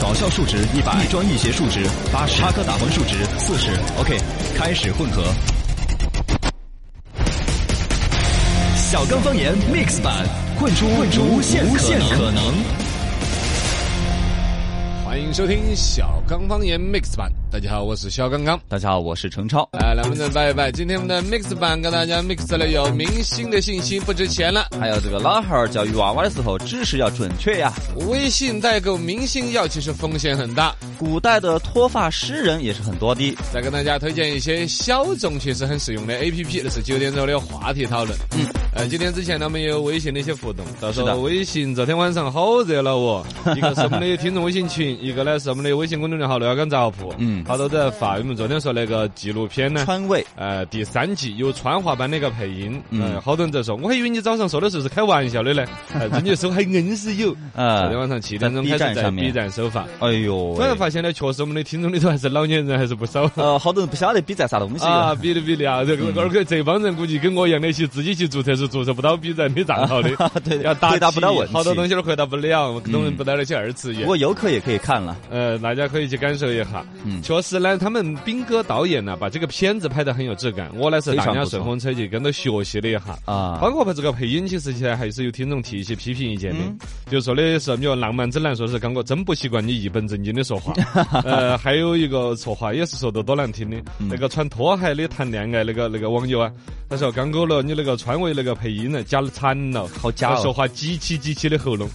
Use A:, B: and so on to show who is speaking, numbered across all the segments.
A: 搞笑数值一百，一专一邪数值八十，插科打诨数值四十。OK，开始混合。小刚方言 mix 版，混出混出无限可能。
B: 欢迎收听小刚方言 Mix 版。大家好，我是小刚刚。呃
A: 大家好，我是程超。
B: 来，来我们再拜一拜。今天我们的 Mix 版跟大家 mix 了有明星的信息，不值钱了。
A: 还有这个老汉儿教育娃娃的时候，知识要准确呀。
B: 微信代购明星药，其实风险很大。
A: 古代的脱发诗人也是很多的。
B: 再跟大家推荐一些小众确实很实用的 APP，那是九点钟的话题讨论。嗯，呃，今天之前呢，我们有微信的一些互动，到时
A: 是的
B: 候微信昨天晚上好热闹哦，一个是我们的听众微信群，一个呢是我们的微信公众号“六幺港杂货铺”，
A: 嗯
B: 嗯，好多都在发我们昨天说那个纪录片呢。
A: 川味，
B: 呃，第三季有川话版的一个配音，
A: 嗯
B: 嗯、好多人在说，我还以为你早上说的时候是开玩笑 的呢，呃，真的时候还硬是有。昨天
A: 呃，
B: 晚上七点钟开
A: 在 B
B: 始
A: 站
B: 在
A: 上面
B: B 站首发，
A: 哎呦喂，
B: 突然发现呢，确实我们的听众里头还是老年人还是不 少。
A: 呃，好多人不晓得比在啥东西
B: 啊，比的比的啊，这个
A: 嗯
B: 而且这帮人估计跟我一样的，去自己去注册是注册不到 B 站的账号 的，
A: 对，
B: 要打
A: 回答不到嗯
B: 起
A: 问题，
B: 好多东西都回答不了，可能不到那些二次
A: 不
B: 元。
A: 过游客也可以看了，
B: 呃，大家可以去感受一下。
A: 嗯
B: 确实呢，他们斌哥导演呢，把这个片子拍得很有质感。我呢是
A: 非常
B: 大家
A: 不错
B: 顺风车去跟着学习了一下。
A: 啊
B: 包括拍这个配音，其实现在还是有听众提一些批评意见的
A: 嗯，
B: 就说的是，比如浪漫指南说是刚哥真不习惯你一本正经的说 话，呃，还有一个说话也是说得多难听的，
A: 嗯
B: 那个穿拖鞋的谈恋爱那个那个网友啊，他说刚哥了，你那个川味那个配音呢，假得惨了，
A: 好假哦
B: 他说话挤起挤起的喉 咙，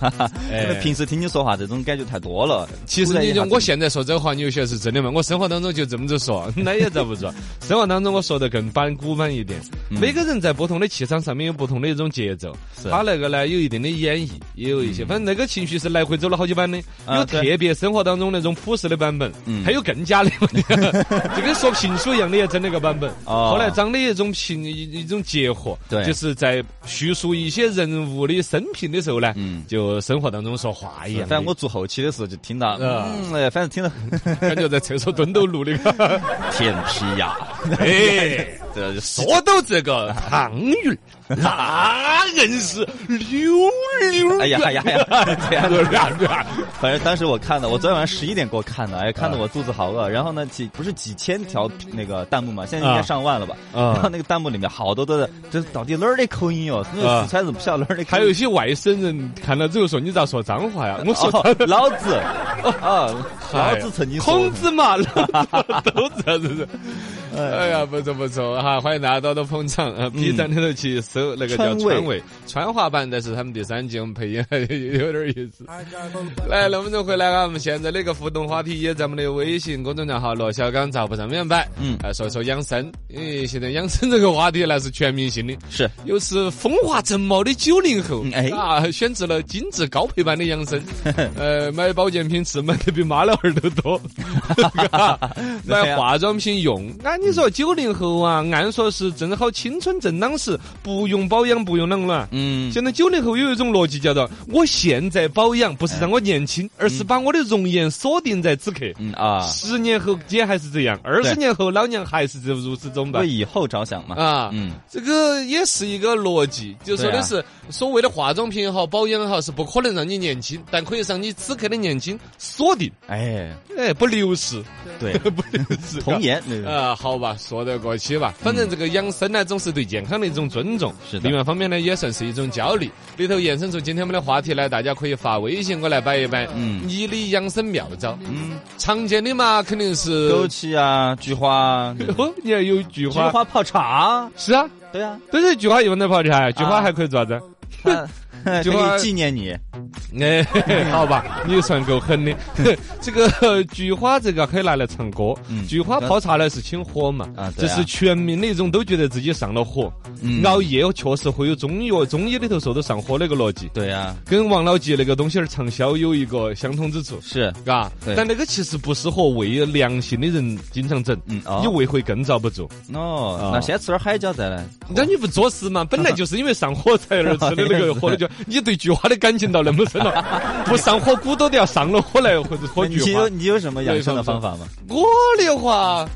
A: 因为
B: 哎
A: 平时听你说话这种感觉太多了。
B: 其
A: 突
B: 实
A: 然
B: 你
A: 一下
B: 就
A: 子
B: 我现在说这话，你有些是真的嘛？我生活当中就这么子 说，那也遭不住。生活当中我说的更板古板一点。每个人在不同的气场上面有不同的一种节奏，
A: 嗯是嗯
B: 他那个呢有一定的演绎，也有一些，反正那个情绪是来回走了好几版的，
A: 啊
B: 有
A: 对
B: 特别生活当中那种朴实的版本
A: 嗯，
B: 还有更加的， 就跟说评书一样的也整了个版本。
A: 哦
B: 后来张的一种评一一种结合，
A: 对
B: 就是在叙述一些人物的生平的时候呢
A: 嗯，
B: 就生活当中说话一样的。
A: 反正我做后期的时候就听到，嗯，哎反正听到
B: 感觉在厕所蹲都录的个。
A: 天皮呀，
B: 哎，
A: 这就说
B: 说到这个汤圆，那硬是溜溜 啊
A: 哎呀哎呀哎呀，这样。
B: 呀！
A: 反正当时我看的，我昨天晚上十一点给我看的，哎，看得我肚子好饿。然后呢，几不是几千条那个弹幕嘛，现在应该
B: 啊
A: 上万了吧？
B: 啊
A: 然后那个弹幕里面好多都是，这到底哪儿的口音哦？那个
B: 啊
A: 四川人不晓得哪儿的口音。
B: 还有一些外省人看了之后说：“你咋说脏话呀？”我说
A: 哦，老子啊，：“
B: 哎
A: 老
B: 呀
A: 子曾经说
B: 孔子嘛，老子都这样子。”哎呀，不错不错哈！欢迎大家多多捧场啊！B 站里头去搜那个叫
A: 川味
B: 川味川话版，但是他们第三季我们配音 还有点意思。来，哎那我们就回来啊！我们现在那个互动话题也在我们的微信公众账号“罗小刚照不上面摆”，
A: 嗯
B: 嗯，来说一说养生。因为现在养生这个话题呢是全民性的，
A: 是
B: 又是风华正茂的九零后
A: 嗯，哎
B: 啊，选择了精致高配版的 养生，呃，买保健品吃买的比妈老汉儿都 多，买
A: 啊
B: 化妆品用。按你说九零后啊，按说是正好青春正当时，不用保养不用啷个了。
A: 嗯，
B: 现在九零后有一种逻辑叫做：我现在保养不是让我年轻，而是把我的容颜锁定在此刻。
A: 哎嗯啊，
B: 十年后姐还是这样，二
A: 对
B: 十年后老娘还是这如此种吧
A: 为。以后着想嘛。
B: 啊，
A: 嗯，
B: 这个也是一个逻辑，就说
A: 啊
B: 的是、所谓的化妆品也好，保养也好，是不可能让你年轻，但可以让你此刻的年轻锁定，
A: 哎，
B: 哎，不流失，
A: 对，
B: 不流失。
A: 童颜那个
B: 啊、好吧，说得过去吧。反正这个养生呢，总是对健康的一种尊重。
A: 是的
B: 另外一方面呢，也算是一种焦虑。里头延伸出今天我们的话题来，大家可以发微信过来摆一摆。
A: 嗯
B: 你的养生妙招，
A: 嗯，
B: 常见的嘛，肯定是
A: 枸杞啊，菊花啊，菊
B: 哦，你还有菊花，
A: 花泡茶，
B: 是啊，
A: 对啊，
B: 都是菊花一般的泡茶，菊花还可以做啥子？
A: 它它
B: 菊花
A: 可以纪念你。
B: 哎， 好吧，你算够狠 的。这个菊花这个可以拿来唱歌
A: 嗯，
B: 菊花泡茶呢是清火嘛
A: 啊，对
B: 这
A: 啊
B: 是全民的一种都觉得自己上了火
A: 嗯，
B: 熬夜确实会有中药中医里头说的上火那个逻辑，
A: 对啊，
B: 跟王老吉那个东西儿畅销有一个相通之处。
A: 是，
B: 嘎
A: 对，
B: 但那个其实不适合胃良性的人经常整，
A: 嗯哦
B: 你胃会更遭不住。
A: 哦
B: 啊，
A: 那先吃点海椒再来。 啊
B: 那你不作死嘛？本来就是因为上火才而吃的那个火的酒，你对菊花的感情到那么深，生了，不上火骨都都要上了火来喝喝菊
A: 你
B: 花
A: 有。你有什么养生的方法吗？
B: 我的话，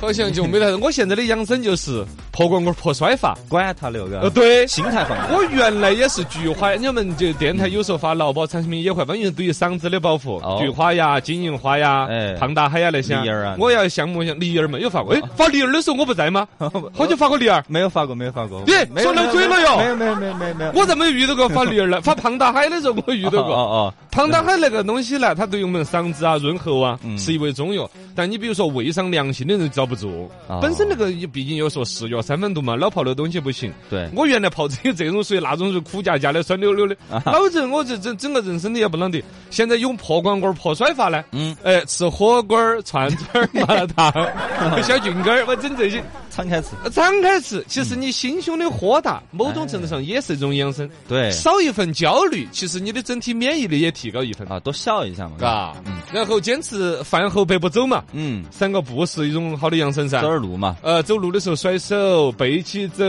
B: 好像就没得啥子。我现在的养生就是破罐罐破摔法。
A: 管他六个
B: 呃，，对，
A: 心态放下。
B: 我原来也是菊花，你们就电台有时候发劳保产品也会，因为对于嗓子的保护
A: 哦，
B: 菊花呀、金银花呀
A: 哎、
B: 胖大海呀那些
A: 梨儿啊哦
B: 我要项目像梨儿嘛，有发过。哎，发梨儿的时候我不 在吗？好久发过梨儿，
A: 没有发过，没有发过。
B: 对
A: 没有
B: 说漏
A: 没有
B: 嘴了哟
A: 没有没有没有没有没 有。
B: 我怎么遇到过发 驴儿的？发胖大海的时候，我遇到
A: 哦
B: 过。
A: 哦，
B: 胖大海那个东西呢，它对于我们嗓子啊、润喉啊，
A: 嗯
B: 是一味中药。但你比如说胃上良性的人遭不住
A: 哦，
B: 本身那个也毕竟有说是药三分毒嘛，老泡的东西不行。
A: 对，
B: 我原来泡这个这种水，那种水苦夹夹的、酸溜溜的，
A: 啊
B: 老子我这整整个人身体也不啷得。现在用破光棍儿、破甩法呢，
A: 嗯，
B: 哎，吃火锅儿、串串儿、麻 辣烫、小菌干儿，我整这些。
A: 敞开吃。
B: 敞开吃，其
A: 嗯
B: 实你心胸的豁达，某
A: 哎
B: 种程度上也是一种养生。
A: 对
B: 少一份焦虑，其实你的整体免疫力也提高一份，
A: 啊，嗯多笑一下嘛。
B: 嘎、然后坚持饭后百步走嘛，
A: 嗯，
B: 散个步是一种好的养生噻
A: 走。点路嘛。
B: 呃，走路的时候甩手，背起走，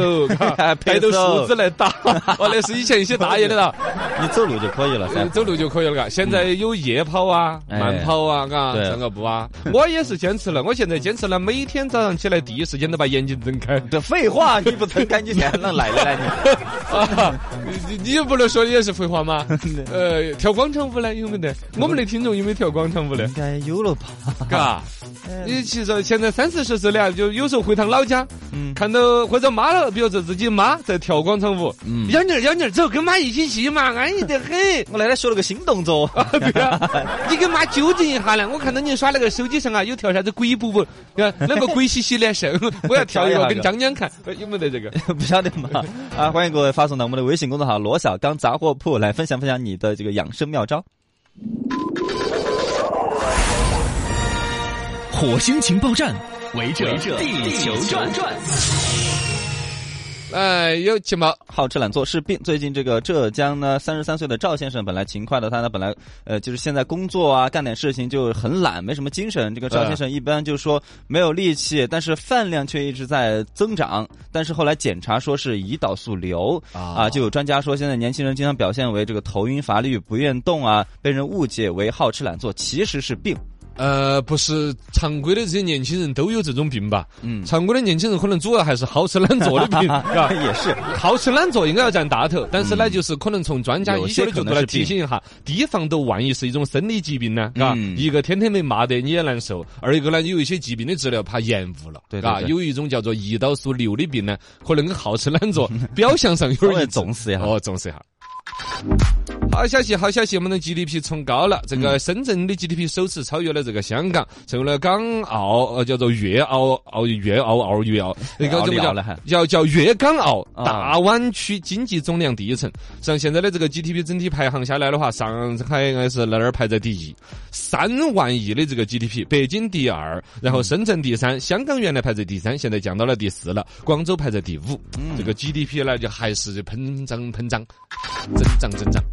B: 嘎
A: 背
B: 带
A: 手
B: 头树枝来打， 哦，那是以前一些大爷的了，
A: 你走路就可以了噻
B: 呃。走路就可以了，嘎。现在有夜跑啊、
A: 哎
B: 慢跑啊，嘎，
A: 对
B: 散个步啊。我也是坚持了，我现在坚持了，每天早上起来第一时间都把眼睛睁开。
A: 这废话，你不能赶紧来让奶奶来你。
B: 啊， 你你也不能说你也是废话嘛。呃，跳广场舞呢有没得？我们的听众有没有跳广场舞 的
A: 应？该有了吧？
B: 嘎，你其实现在三四十岁了，就有时候回趟老家，
A: 嗯
B: 看到或者妈了，比如说自己妈在跳广场舞，
A: 嗯
B: 幺妮儿幺妮儿，走，跟妈一起去嘛，安逸得很。
A: 我奶奶学了个新动 作，
B: 啊，对啊，你跟妈纠正一下呢。我看到你耍那个手机上啊，有跳啥子鬼步舞，啊那个鬼兮兮的神，我要跳一个跟张江看，呃有没得这个？
A: 不晓得嘛？啊，欢迎各位发送到我们的微信公众号“罗小刚杂货铺”来分享分享你的这个养生妙招。
C: 火星情报站，围着
A: 围着
C: 地球转。
B: 哎，有情报。
A: 好吃懒做是病。最近这个浙江呢，三十三岁的赵先生本来勤快的，他呢本来呃就是现在工作啊，干点事情就很懒，没什么精神。这个赵先生一般就说没有力气，但是饭量却一直在增长。但是后来检查说是胰岛素瘤
B: 啊
A: 啊，就有专家说现在年轻人经常表现为这个头晕乏力、不愿动啊，被人误解为好吃懒做，其实是病。
B: 呃，不是常规的这些年轻人都有这种病吧？
A: 嗯，
B: 常规的年轻人可能主要还是好吃懒做的病，嘎。
A: 也是
B: 好吃懒做应该要占大头，但是呢，就是可能从专家
A: 嗯有
B: 医
A: 些
B: 学的角
A: 可
B: 度
A: 能
B: 来
A: 是
B: 提醒一下，提防都万一是一种生理疾病呢，嘎、
A: 嗯
B: 一个天天被骂得你也难受，二一个呢，有一些疾病的治疗怕延误了，
A: 对对
B: 嘎
A: 对
B: 有一种叫做胰岛素瘤的病呢，可能跟好吃懒 做表象上有
A: 稍
B: 点
A: 微
B: 一致
A: 重视一下。
B: 哦，重视一下。好消息，好消息！我们的 GDP 冲高了，这个深圳的 GDP 首次超越了这个香港，成为了港澳呃叫做粤澳澳粤澳澳粤澳，那个怎么
A: 澳
B: 叫
A: 哦了还
B: 叫叫粤港澳
A: 啊
B: 大湾区经济总量第一层。像现在的这个 GDP 整体排行下来的话，上海应该是那儿排在第一，三万亿的这个 GDP，北京第二，然后深圳第三，香港原来排在第三，现在降到了第四了，广州排在第五。这个 GDP 呢，就还是膨胀膨胀，增长增长。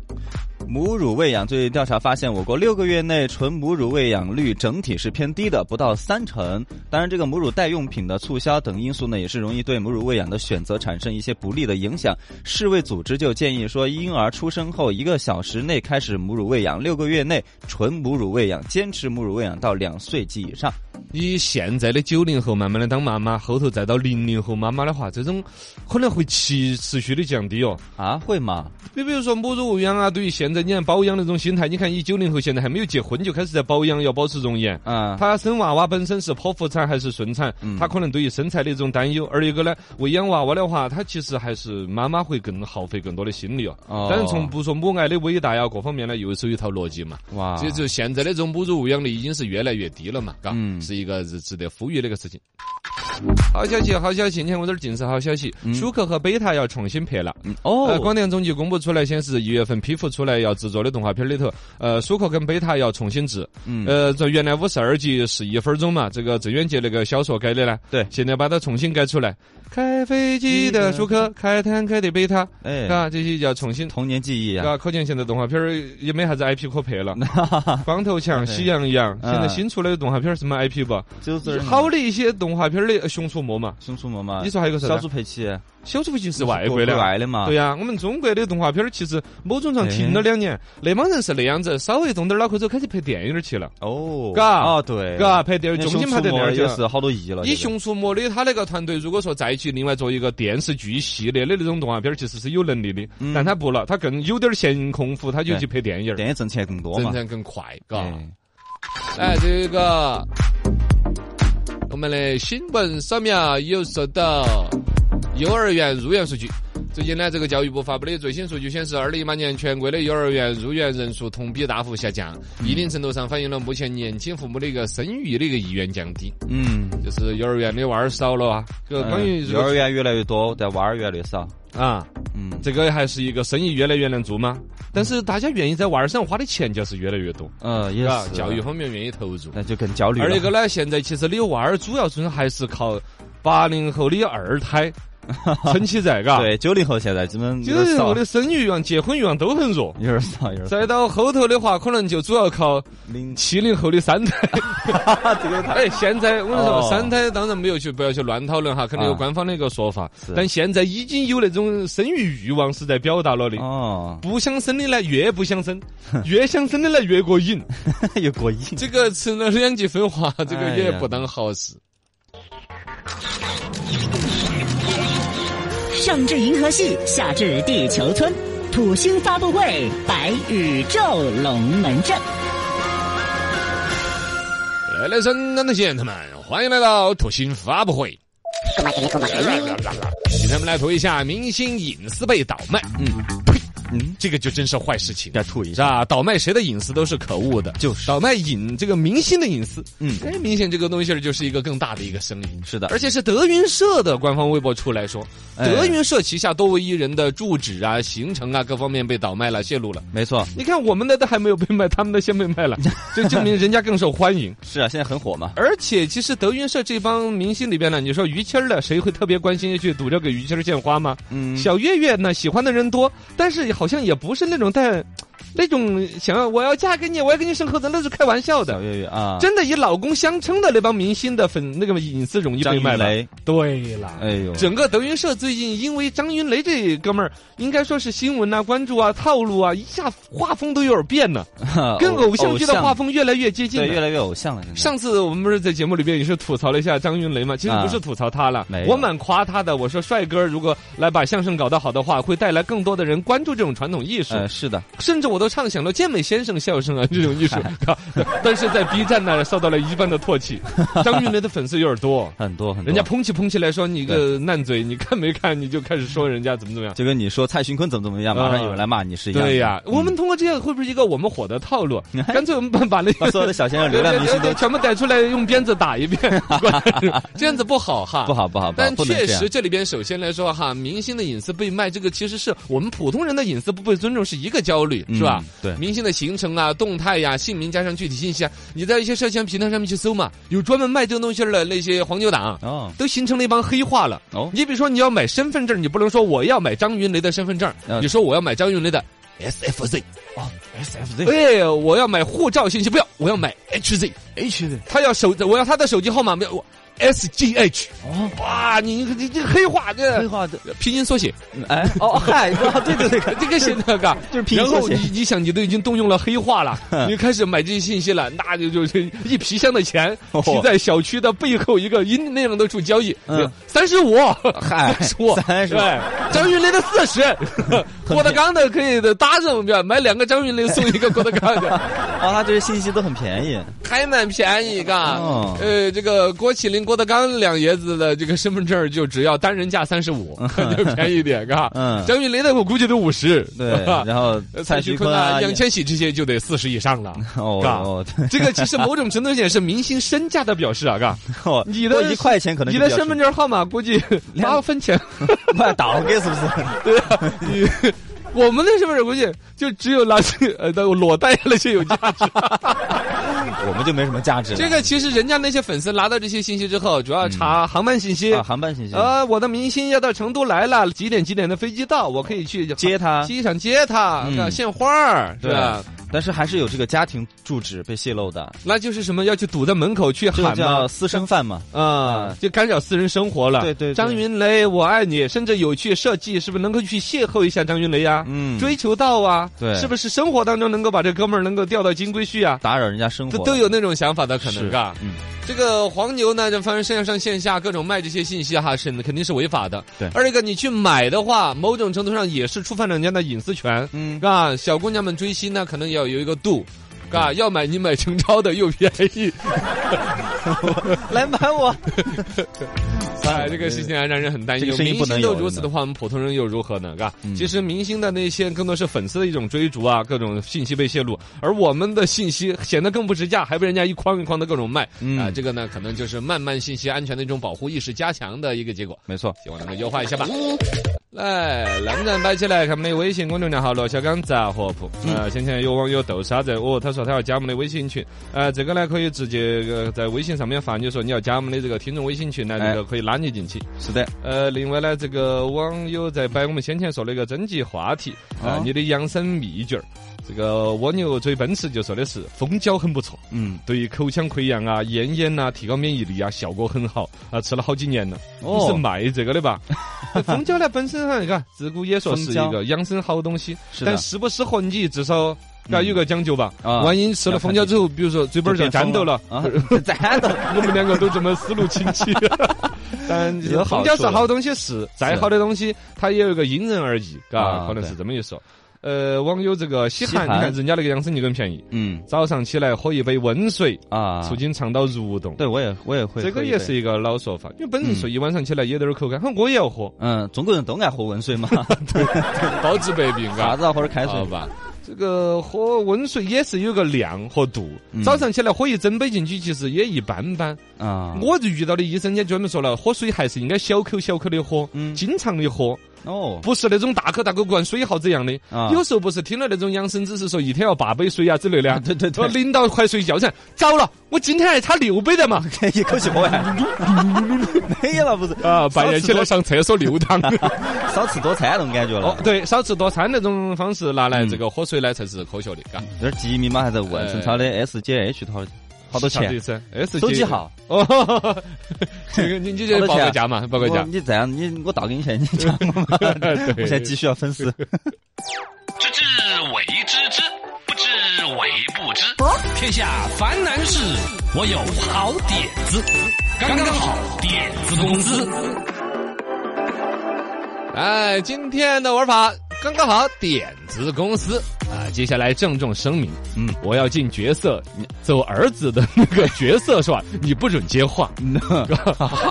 A: 母乳喂养最近调查发现，我国六个月内纯母乳喂养率整体是偏低的，不到三成。当然，这个母乳代用品的促销等因素呢，也是容易对母乳喂养的选择产生一些不利的影响。世卫组织就建议说，婴儿出生后一个小时内开始母乳喂养，六个月内纯母乳喂养，坚持母乳喂养到两岁及以上。
B: 以现在的九零后慢慢的当妈妈，后头再到零零后妈妈的话，这种可能会持持续的降低哦。
A: 啊，会吗？
B: 你比如说母乳喂养啊，对于现在你看保养的这种心态，你看以九零后现在还没有结婚就开始在保养，要保持容颜。
A: 啊，嗯
B: 他生娃娃本身是剖腹产还是顺产，他可能对于身材的一种担忧。而一个呢，喂养娃娃的话，他其实还是妈妈会更耗费更多的心力哦。
A: 哦
B: 但是从不说母爱的伟大呀，各方面呢，又是有一套逻辑嘛。
A: 哇，
B: 这就现在的这种母乳喂养率已经是越来越低了嘛，嘎、
A: 嗯
B: 是一个值值得呼吁的一个事情。好消息，好消息！你看我这儿尽是好消息，舒克和贝塔要重新拍了。
A: 嗯
B: 呃，
A: 哦，
B: 广电总局公布出来显示，一月份批复出来要制作的动画片里头，呃，舒克跟贝塔要重新制。
A: 嗯
B: 呃，这原来五十二集十一分钟嘛，这个郑渊洁那个小说改的呢，
A: 对
B: 现在把它重新改出来。开飞机的舒克，开坦克的贝塔，
A: 哎，
B: 啊，这些要重新
A: 童年记忆啊，
B: 啊，可见现在动画片儿也没啥子 IP 可拍了。光头强、喜羊羊，
A: 嗯
B: 现在新出来的动画片儿什么 IP 不？
A: 就是
B: 好的一些动画片儿的呃熊出没》嘛，
A: 熊出没嘛
B: 你，说还有个啥子
A: 小
B: 啊？
A: 猪佩奇
B: 小猪佩奇是外国的
A: 国
B: 啊。
A: 外的嘛，
B: 对呀、我们中国的动画片儿其实某种上停了两
A: 哎
B: 年，那帮人是那样子，稍微动点脑壳子开始拍电影儿去了，
A: 哦，
B: 嘎
A: 啊对，
B: 嘎，拍电
A: 那
B: 影，
A: 熊
B: 重金
A: 出
B: 拍电影
A: 没
B: 儿去
A: 也
B: 了。
A: 是好多亿了，
B: 以《
A: 这个
B: 熊出没》的他那个团队，如果说再去另外做一个电视剧系列的那种动画片儿，其实是有能力的，
A: 嗯
B: 但他不了，他更有点闲空腹，他就去拍电影儿，
A: 电影挣钱更多嘛
B: 挣，钱更快，嘎。
A: 哎
B: 哎，这个我们的新闻扫描有说到幼儿园入园数据。最近呢，这个教育部发布的最新数据显示，二零一八年全国的幼儿园入园人数同比大幅下降，一定程度上反映了目前年轻父母的一个生育的一个意愿降低，
A: 嗯，
B: 就是幼儿园的娃儿少了啊。这个关于
A: 嗯
B: 这
A: 幼
B: 个
A: 儿园越来越多，但娃儿越来越少，
B: 啊，
A: 嗯，
B: 这个还是一个生意越来越难做吗？但是大家愿意在娃儿身上花的钱就是越来越多，
A: 呃也
B: 是吧
A: 是？
B: 教育，方面愿意投入。
A: 那就更焦虑了，
B: 而那个呢，现在其实你娃儿主要是还是靠八零后的二 胎撑起在，嘎。，
A: 对九零后现在基本
B: 九
A: 有点嗯
B: 零
A: 少
B: 后，的生育欲望、结婚欲望都很弱。
A: 有点少，有点少，
B: 再到后头的话，可能就主要靠
A: 零
B: 七零后的 三胎。
A: 这个
B: 哎，现在我跟你说，
A: 哦
B: 三胎当然没有去不要去乱讨论哈，肯定有
A: 啊
B: 官方的一个说法
A: 是。
B: 但现在已经有那种生育欲望是在表达了的。
A: 哦，
B: 不想生的呢，越不想生；越想生的呢，越过瘾。
A: 又过瘾，
B: 这个吃了两极分化，这个
A: 哎
B: 也
A: 呀
B: 不当好事。
D: 上至银河系，下至地球村，土星发布会，白宇宙龙门阵。
B: 来来，圣诞的线他们，欢迎来到土星发布会。今天我们来读一下明星隐私被倒卖，
A: 嗯，
B: 这个就真是坏事情。
A: 该吐一
B: 是
A: 下，
B: 吧？倒卖谁的隐私都是可恶的，就是倒卖隐这个明星的隐私。
A: 嗯
B: 哎，明显这个东西就是一个更大的一个生意。
A: 是的，
B: 而且是德云社的官方微博出来说，
A: 哎
B: 德云社旗下多位艺人的住址啊、行程啊各方面被倒卖了、泄露了。
A: 没错，
B: 你看我们的都还没有被卖，他们的先被卖了，就证明人家更受欢迎。
A: 是啊，现在很火嘛，
B: 而且其实德云社这帮明星里边呢，你说于谦儿呢，谁会特别关心去赌这个于谦儿献花吗？
A: 嗯，
B: 小岳岳呢，喜欢的人多，但是好像也不是那种带那种想要我要嫁给你，我要跟你生猴子，那是开玩笑
A: 小
B: 的。
A: 岳岳啊，
B: 真的以老公相称的那帮明星的粉那个隐私容易
A: 张
B: 被
A: 云
B: 卖了。
A: 雷，
B: 对了。
A: 哎呦，
B: 整个德云社最近因为张云雷这哥们儿，应该说是新闻啊、关注啊、套路啊，一下画风都有点变了，
A: 啊
B: 跟偶像剧的画风越来越接近
A: 对
B: 了。
A: 越来越偶像了，现在
B: 上次我们不是在节目里边也是吐槽了一下张云雷嘛？其实不是吐槽他了，
A: 啊没有
B: 我蛮夸他的。我说帅哥如果来把相声搞得好的话，会带来更多的人关注这种传统艺术，
A: 呃是的，
B: 甚至我都畅想了健美先生笑声啊这种 艺术。啊但是在 B 站呢受到了一般的 唾弃，张云雷的粉丝有点多。
A: 很多很多，
B: 人家捧起捧起来说你个烂嘴，你看没看？你就开始说人家怎么怎么样。
A: 就跟你说蔡徐坤怎么怎么样，马上有人来骂你是一样的，
B: 啊
A: 嗯
B: 对呀，我们通过这样会不会是一个我们火的套路？干脆我们把把那
A: 把
B: 个
A: 啊所有的小鲜肉、流量明星 都
B: 全部逮出来，用鞭子打 一遍，这样子不好哈。
A: 不。好不好不好，
B: 但
A: 不能
B: 确
A: 这样
B: 实，，这里边首先来说哈，明星的隐私被卖，这个其实是我们普通人的隐私不被尊重是一个焦虑，
A: 嗯
B: 是吧？
A: 对
B: 明星的行程啊、动态呀、姓名加上具体信息啊，你在一些社交平台上面去搜嘛，有专门卖这个东西的那些黄牛党，
A: 哦
B: 都形成了一帮黑化了。
A: 哦
B: 你比如说，你要买身份证，你不能说我要买张云雷的身份证，
A: 嗯
B: 你说我要买张云雷的 SFZ，
A: ，SFZ
B: 哎，我要买护照信息，不要，我要买 HZ。
A: H 的
B: 他要手，我要他的手机号码，没有我 S G H。
A: 哦
B: 哇，你你你这黑化
A: 黑
B: 这
A: 化的，
B: 拼 音缩写，
A: 哎哦嗨，哦对对对，
B: 这个写那个。
A: 就是拼音
B: 然后
A: 缩
B: 你
A: 写，
B: 你想你都已经动用了黑 化了，你开始买这些信息了，那就就是一皮箱的钱
A: 哦
B: 提在小区的背后一个阴那样的处交易
A: 嗯，
B: 三十五，
A: 嗨
B: 说
A: 35
B: 对，张云雷的四 十，郭德纲的可以搭着我们买两个张云雷送一个郭德纲的。
A: 哦他这些信息都很便宜，
B: 还蛮便宜嘎，
A: 哦
B: 呃，这个郭麒麟、郭德纲两爷子的这个身份证就只要单人价三十 五，就便宜一点嘎。
A: 嗯
B: 张云雷的我估计都五十，
A: 对
B: 是吧，
A: 然后
B: 呃
A: 蔡徐坤啊，
B: 杨千玺这些就得四十以上 了。
A: 哦
B: 嘎
A: 哦对
B: 这个其实某种程度上也是明星身价的表示啊， 嘎，
A: 哦，
B: 你的
A: 多一块钱可能
B: 你的身份
A: 证
B: 证号码估 计
A: 两
B: 八分钱，
A: 卖 倒给是不是？
B: 对啊，你我们的身份证估计就只有那些呃那个裸贷那些有价值。
A: 我们就没什么价值了，
B: 这个其实人家那些粉丝拿到这些信息之后，主要查航班信息，
A: 啊航班信息
B: 嗯啊，我的明星要到成都来了，几点几点的飞机到，我可以去
A: 哦接他
B: 机场接他，
A: 嗯
B: 是吧献花儿，是啊
A: 对
B: 吧？
A: 但是还是有这个家庭住址被泄露的，
B: 那就是什么要去堵在门口去
A: 这个
B: 喊
A: 叫
B: 嘛，
A: 私生饭嘛。
B: 啊、就干扰私人生活了。
A: 对对对
B: 张云雷，我爱你，甚至有去设计，是不是能够去邂逅一下张云雷呀、
A: 嗯
B: 追求到啊，
A: 对
B: 是不是生活当中能够把这哥们儿能够钓到金龟婿啊？
A: 打扰人家生活
B: 都都有那种想法的可能，
A: 是
B: 嘎。
A: 嗯，
B: 这个黄牛呢，这反正线上线下各种卖这些信息哈，是肯定是违法的。
A: 对
B: 二一个你去买的话，某种程度上也是触犯了人家的隐私权。
A: 嗯
B: 啊，小姑娘们追星呢，可能也要有一个度。啊，要买你买陈超的又便宜，
A: 来买我。
B: 哎，这个事情啊让人很担
A: 这
B: 忧。
A: 个生意
B: 明
A: 不能
B: 星都
A: 有嗯
B: 如此的话，我们普通人又如何呢？嘎，其实明星的那些更多是粉丝的一种追逐啊，各种信息被泄露，而我们的信息显得更不值价，还被人家一筐一筐的各种卖
A: 嗯
B: 啊。这个呢，可能就是慢慢信息安全的一种保护意识加强的一个结果。
A: 没错，
B: 希望能够优化一下吧。来，啷个摆起来？看我们的微信公众账号“罗小刚杂货铺”。
A: 嗯
B: 呃，先前有网友豆沙子，哦，他说他要加我们的微信群。呃，这个呢可以直接呃在微信上面发，你就说你要加我们的这个听众微信群呢，
A: 哎
B: 这个可以拉你进去。
A: 是的，
B: 呃，另外呢，这个网友在摆我们先前说了一个征集话题啊、
A: 哦
B: 你的养生秘诀儿。这个蜗牛追奔驰就说的是蜂胶很不错，
A: 嗯，
B: 对于口腔溃疡啊、咽炎呐、提高免疫力啊，效果很好啊，吃了好几年了。
A: 哦
B: 你是卖这个 的吧？蜂胶呢本身哈，你看自古也说是
A: 蜂
B: 一
A: 胶
B: 个养生好东西，
A: 是的
B: 但适不适合你至少。要有个讲究吧，
A: 啊
B: 万一吃了蜂胶之后，比如说嘴巴儿上粘豆了，
A: 啊，粘豆，
B: 我们两个都这么思路清 晰。但
A: 有好
B: 蜂胶
A: 处
B: 是
A: 了
B: 好东西是，再好的东西它也有一个因人而异，嘎，
A: 啊
B: 可能是
A: 对
B: 这么一说。呃，网友这个西
A: 西
B: 韩，你
A: 韩
B: 看人家那个养生就更便宜，
A: 嗯
B: 早上起来喝一杯温水，
A: 啊，
B: 促进肠道蠕动。
A: 对我也我也会，
B: 这个也是，一个老说法，因为本人说一晚上起来也有点儿口干，哼，我也要喝，
A: 嗯，中国人都爱喝温 水嘛，
B: 包治百病，
A: 嗯啥
B: 嘎，
A: 子啊或者开
B: 好
A: 水，
B: 吧。这个喝温水也是有个量和度，
A: 嗯
B: 早上起来喝一整杯进去，其实也一般般。
A: 啊，
B: 我就遇到的医生也专门说了，喝水还是应该小口小口的喝，
A: 嗯
B: 经常的喝，
A: 哦
B: 不是那种大口大口灌水耗子一样的。
A: 啊
B: 有时候不是听了那种养生知识说一天要八杯水啊之类的啊，
A: 对对对
B: 我领导快睡觉噻，糟了，我今天还差六 杯的嘛。
A: 一口啊气喝完， 没有嘛不是
B: 啊，半夜起来上厕所 流淌。
A: 少吃多餐那种感觉
B: 哦
A: 了，，
B: 对，少吃多餐那种方式拿
A: 嗯
B: 来这个喝水呢才是科学的，嘎。
A: 这是吉米嘛还在问
B: 哎
A: 陈超的 S J H 套好多
B: 啥子意
A: 钱，
B: 思？S
A: 手机号，
B: 哦， 这个你你就
A: 好多
B: 报
A: 钱啊
B: 个价嘛，报个
A: 我
B: 价。
A: 你这样你我倒给你钱，你讲嘛，
B: 对
A: 我现在急需要粉 丝，
C: 知之为知之，不知为不知。天下烦难事，我有好点子。刚刚好，点子公司。
A: 啊
B: 哎，今天的玩法刚刚好，点子公司啊。接下来郑重声明，嗯
A: 嗯，
B: 我要进角色，你走儿子的那个角色是吧？你不准 接话，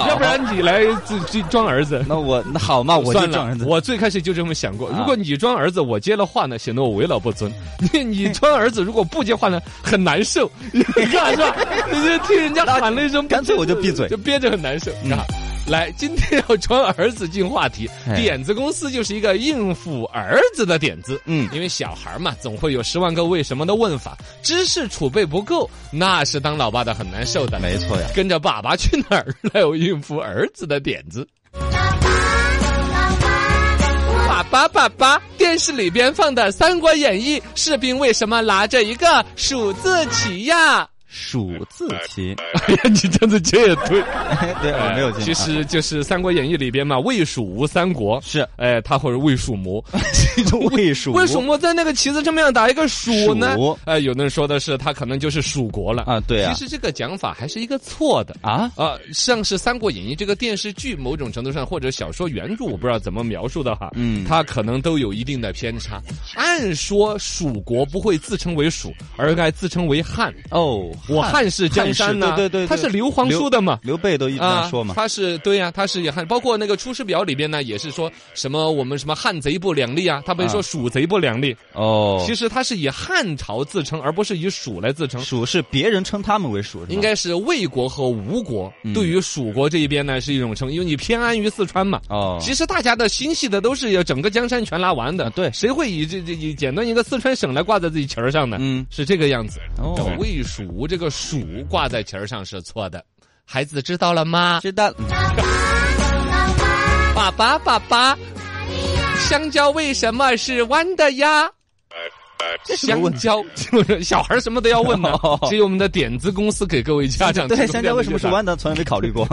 B: 要不然你来自己装儿子。
A: 那我那好啊嘛，我就
B: 算
A: 这样
B: 了，
A: 子，
B: 我最开始就这么想过。
A: 啊
B: 如果你装儿子，我接了话呢，显得我为老不 尊；你你装儿子，如果不接话呢，很难受，你看是吧？你就听人家喊了一声，
A: 干脆我就闭嘴嗯
B: 就憋着很难受，是吧？来，今天要装儿子进话题，
A: 哎
B: 点子公司就是一个应付儿子的点子。
A: 嗯
B: 因为小孩儿嘛，总会有十万个为什么的问法，知识储备不够，那是当老爸的很难受的。
A: 没错呀，
B: 跟着爸爸去哪儿来有应付儿子的点子。爸爸，爸爸，电视里边放的《三国演义》，士兵为什么拿着一个数字旗呀？
A: 数字棋，
B: 哎呀，你这样子接也对，
A: 对，我没有
B: 其
A: 进，啊
B: 实就是《三国演义》里边嘛，魏、蜀、吴三国
A: 是
B: 哎，他或者魏、蜀、吴，
A: 位啊数，
B: 为什么在那个旗子上面要打一个蜀呢
A: 蜀？
B: 哎，有的人说的是他可能就是蜀国了
A: 啊对啊
B: 其实这个讲法还是一个错的。
A: 啊？
B: 啊，像是《三国演义》这个电视剧，某种程度上或者小说原著，我不知道怎么描述的哈，
A: 嗯，
B: 嗯它可能都有一定的偏差。按说蜀国不会自称为蜀，而该自称为汉。
A: 哦，
B: 我汉室江山呐、
A: 汉室对对对对
B: 他是刘皇叔的嘛。啊
A: 刘备都一直在说嘛，
B: 他是对呀、他是也汉，包括那个《出师表》里边呢，也是说什么我们什么汉贼不两立啊，他不是说
A: 啊
B: 蜀贼不两立，
A: 哦，
B: 其实他是以汉朝自称，而不是以蜀来自称。
A: 蜀是别人称他们为蜀，是吗
B: 应该是魏国和吴国
A: 嗯
B: 对于蜀国这一边呢是一种称，因为你偏安于四川嘛。
A: 哦，
B: 其实大家的心系的都是要整个江山全拿完的，
A: 啊对
B: 谁会以这这以简单一个四川省来挂在自己旗儿上呢？
A: 嗯
B: 是这个样子。
A: 哦
B: 叫魏蜀吴这个蜀挂在旗儿上是错的，孩子知道了吗？
A: 知道嗯
B: 爸爸爸爸，香蕉为什么是弯的呀？
A: 这是个
B: 香
A: 问
B: 蕉， 小孩什么都要问呢
A: 哦。
B: 这是我们的点子公司给各位家长提
A: 对，
B: 供
A: 香蕉
B: 这样的
A: 为什么是
B: 解答？
A: 弯的？从来没考虑 过。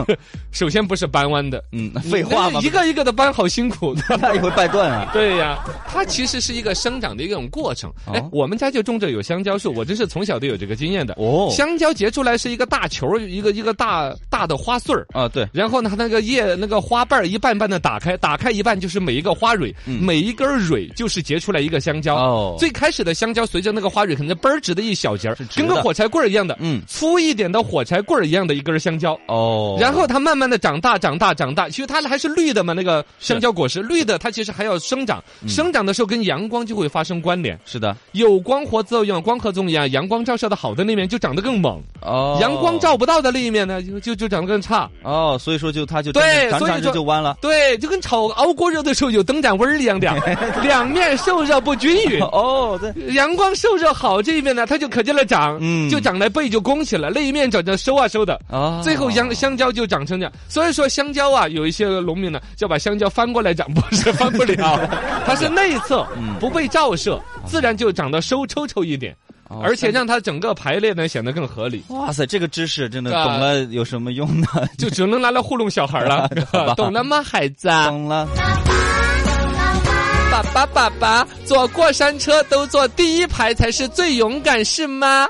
B: 首先不是搬弯的，
A: 嗯， 废话嘛，
B: 一个一个的搬，好辛苦。
A: 那也会掰断啊。
B: 对呀、它其实是一个生长的一种过程。哎、
A: 哦
B: 我们家就种着有香蕉树，我真是从小都有这个经验的。
A: 哦
B: 香蕉结出来是一个大球儿，一个一个大大的花穗儿。
A: 啊，对，
B: 然后呢，它那个叶那个花瓣儿一瓣瓣的打开，打开一半就是每一个花蕊，
A: 嗯
B: 每一根儿蕊就是结出来一个香蕉。
A: 哦
B: 最开始的香蕉随着那个花蕊可能嘣儿直的一小节儿
A: 是，直
B: 跟个
A: 的
B: 火柴棍儿一样的，
A: 嗯
B: 粗一点的火柴棍儿一样的一根儿香蕉。
A: 哦
B: 然后它慢慢的长大，长大，长大。其实它还是绿的嘛，那个香蕉果实绿的，它其实还要生长。
A: 嗯
B: 生长的时候跟阳光就会发生关联，
A: 是的，
B: 有光合作用，光合作用一样，阳光照射的好的那面就长得更猛，
A: 哦，
B: 阳光照不到的那一面呢，就就就长得更差。
A: 哦，所以说就它就
B: 对
A: 长
B: 所以
A: 长着
B: 说
A: 就弯了。
B: 对，就跟炒熬锅肉的时候有灯盏温儿一样的， 两面受热不均 匀。
A: 哦，对，
B: 阳光受热好这一面呢，它就可劲了长，
A: 嗯
B: 就长来背就弓起来，那一面长着收啊收的，
A: 哦
B: 最后香香蕉就长成这样。所以说香蕉啊，有一些农民呢，就把香蕉翻过来长，不是翻 不了，它是内侧
A: 嗯
B: 不被照射，自然就长得收抽抽一点，
A: 哦
B: 而且
A: 香
B: 让它整个排列呢显得更 合理。
A: 哇塞，这个知识真的
B: 啊
A: 懂了有什么用 呢？
B: 就只能拿来糊弄小孩了
A: 好吧，
B: 懂了吗，孩子？
A: 懂了，
B: 爸爸，爸爸，坐过山车都坐第一排才是最勇敢，是吗？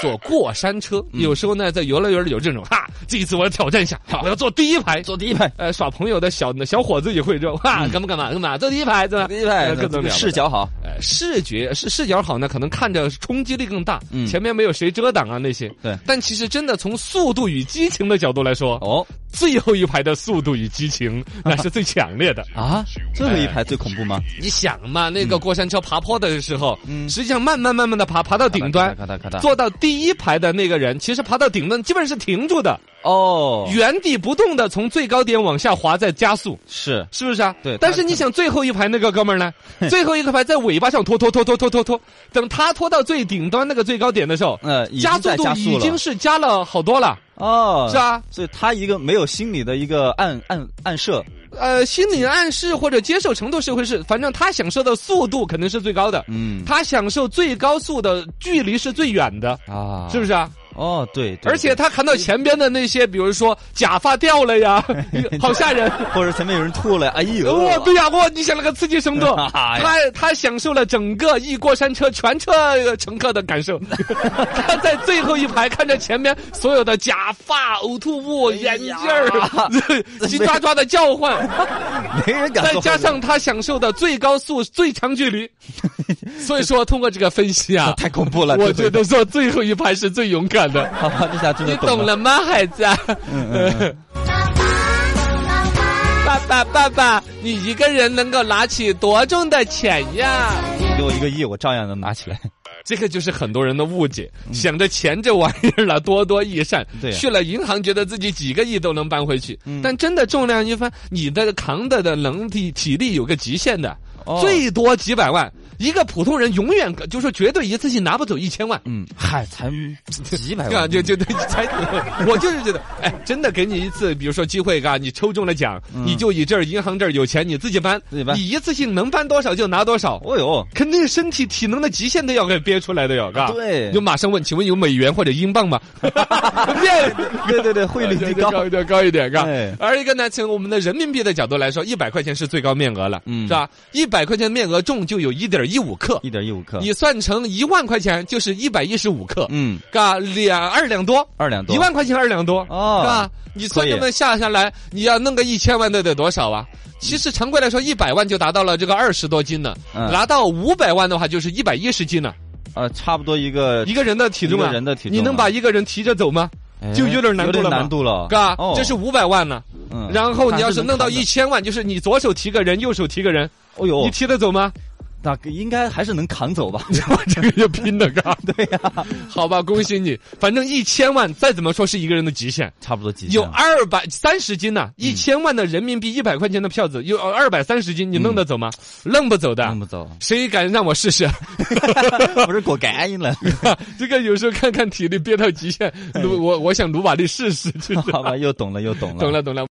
B: 坐过山车，
A: 嗯
B: 有时候呢，在游乐园里有这种哈，这一次我要挑战一下，我要坐第一排，
A: 坐第一排，
B: 呃，耍朋友的小小伙子也会这种哈，干嘛干嘛干嘛，坐第一排，对吧？
A: 嗯第一排
B: 呃各种
A: 视
B: 角。
A: 角好，
B: 呃，视觉是视角好呢，可能看着冲击力更大，
A: 嗯
B: 前面没有谁遮挡啊那些。
A: 对
B: 但其实真的从速度与激情的角度来说，
A: 哦
B: 最后一排的速度与激 情那是最强烈的。
A: 啊，最后一排最恐怖吗？
B: 你想嘛，那个过山车爬坡的时候，
A: 嗯
B: 实际上慢慢慢慢的爬，爬到顶端，
A: 咔嗒咔嗒咔嗒
B: 坐到第一排的那个人，其实爬到顶端基本上是停住的，
A: 哦，
B: 原地不动的从最高点往下滑，再加速。
A: 是
B: 是不是啊？
A: 对
B: 但
A: 他
B: 是你想，最后一排那个哥们儿呢？ 最后一个排在尾巴上拖拖拖拖拖拖拖，等他拖到最顶端那个最高点的时候，
A: 呃，已经
B: 加速
A: 在
B: 度
A: 加
B: 已
A: 速
B: 经
A: 了
B: 是加了好多了，
A: 哦，
B: 是啊吧？
A: 所以他一个没有心理的一个暗暗暗射，
B: 呃，心理暗示或者接受程度是回事，反正他享受的速度肯定是最高的，
A: 嗯
B: 他享受最高速的距离是最远的，
A: 啊，
B: 是不是啊？
A: 哦，对，对
B: 而且他看到前边的那些，比如说假发掉了 呀，好吓人。
A: 对或者前面有人吐了，哎 呦，
B: 哇，哦对呀、哇，你想那个刺激程度，
A: 哎呀
B: 他他享受了整个一过山车全车呃乘客的 感受，他在最后一排看着前面所有的假发、呕吐物、眼镜儿，
A: 哎
B: 叽抓抓的 叫唤，
A: 没人敢
B: 再
A: 坐后
B: 加
A: 面
B: 上他享受的最高速、最长 距离，所以说通过这个分析啊，
A: 太恐怖了，
B: 我
A: 这
B: 觉
A: 个，
B: 得说最后一排是最勇敢的，
A: 好吧，这下真
B: 你
A: 的
B: 懂
A: 了，
B: 了吗，孩子？
A: 嗯嗯
B: 爸爸，爸爸，你一个人能够拿起多重的钱呀？
A: 嗯给我一个亿，我照样能拿起来，
B: 这个就是很多人的误解，想着钱这玩意儿了多多益善，
A: 对啊
B: 去了银行觉得自己几个亿都能搬回去，
A: 嗯
B: 但真的重量一翻，你的扛的的能力体力有个极限的，
A: 哦
B: 最多几百万。一个普通人永远就是绝对一次性拿不走一千万，
A: 嗯，嗨，才几百
B: 啊，
A: 万，
B: 就就 对，才，我就是觉得，哎，真的给你一次，比如说机会，嘎，你抽中了奖，你就以这儿银行这儿有钱，你自己搬，
A: 嗯自己搬
B: 你一次性能搬多少就拿多少，
A: 哦呦，
B: 肯定身体体能的极限都要给憋出来的哟，嘎。
A: 啊对
B: 就马上问，请问有美元或者英镑吗？ 变
A: 对对对，汇率极高，
B: 高一点，高一点，嘎
A: 哎。
B: 而一个呢，从我们的人民币的角度来说，一百块钱是最高面额了，
A: 嗯
B: 是吧？一百块钱面额重就有一点一五克，
A: 一点一五克，
B: 你算成一万块钱就是一百一十五克，
A: 嗯，
B: 嘎，两二两多。
A: 二两多，
B: 一万块钱二两多，
A: 哦
B: 是吧？你算这么下下来，你要弄个一千万的得多少啊？其实常规来说，一百万就达到了这个二十多斤了，
A: 嗯
B: 拿到五百万的话就是一百一十斤了，
A: 呃，差不多一个
B: 一个人的体重
A: 一
B: 啊，
A: 个人的体重啊
B: 你能把一个人提着走吗？
A: 哎
B: 就有点难度了
A: 有
B: 嘛
A: 点难度了，
B: 嘎
A: 哦，
B: 这是五百万呢。
A: 嗯
B: 然后你要
A: 还
B: 是
A: 能
B: 弄到
A: 扛的
B: 一，千万，就是你左手提个人，右手提个人，
A: 哦呦
B: 你，提得走吗？
A: 那个应该还是能扛走 吧？
B: 这个就拼了，嘎。对呀，好吧，恭喜你，反正一千万再怎么说是一个人的极限。
A: 差不多几
B: 有
A: 千啊嗯
B: 二百三十斤呐、一千万的人民币，一百块钱的票子，有呃二百三十斤，你弄得走吗？
A: 嗯
B: 弄不走的。
A: 弄不走，
B: 谁敢让我试 试？
A: 不是果干瘾 了，
B: 这个有时候看看体力憋到极限，努我我想努把力试试，就是
A: 哎 好吧，又懂了又懂了，
B: 懂了懂了。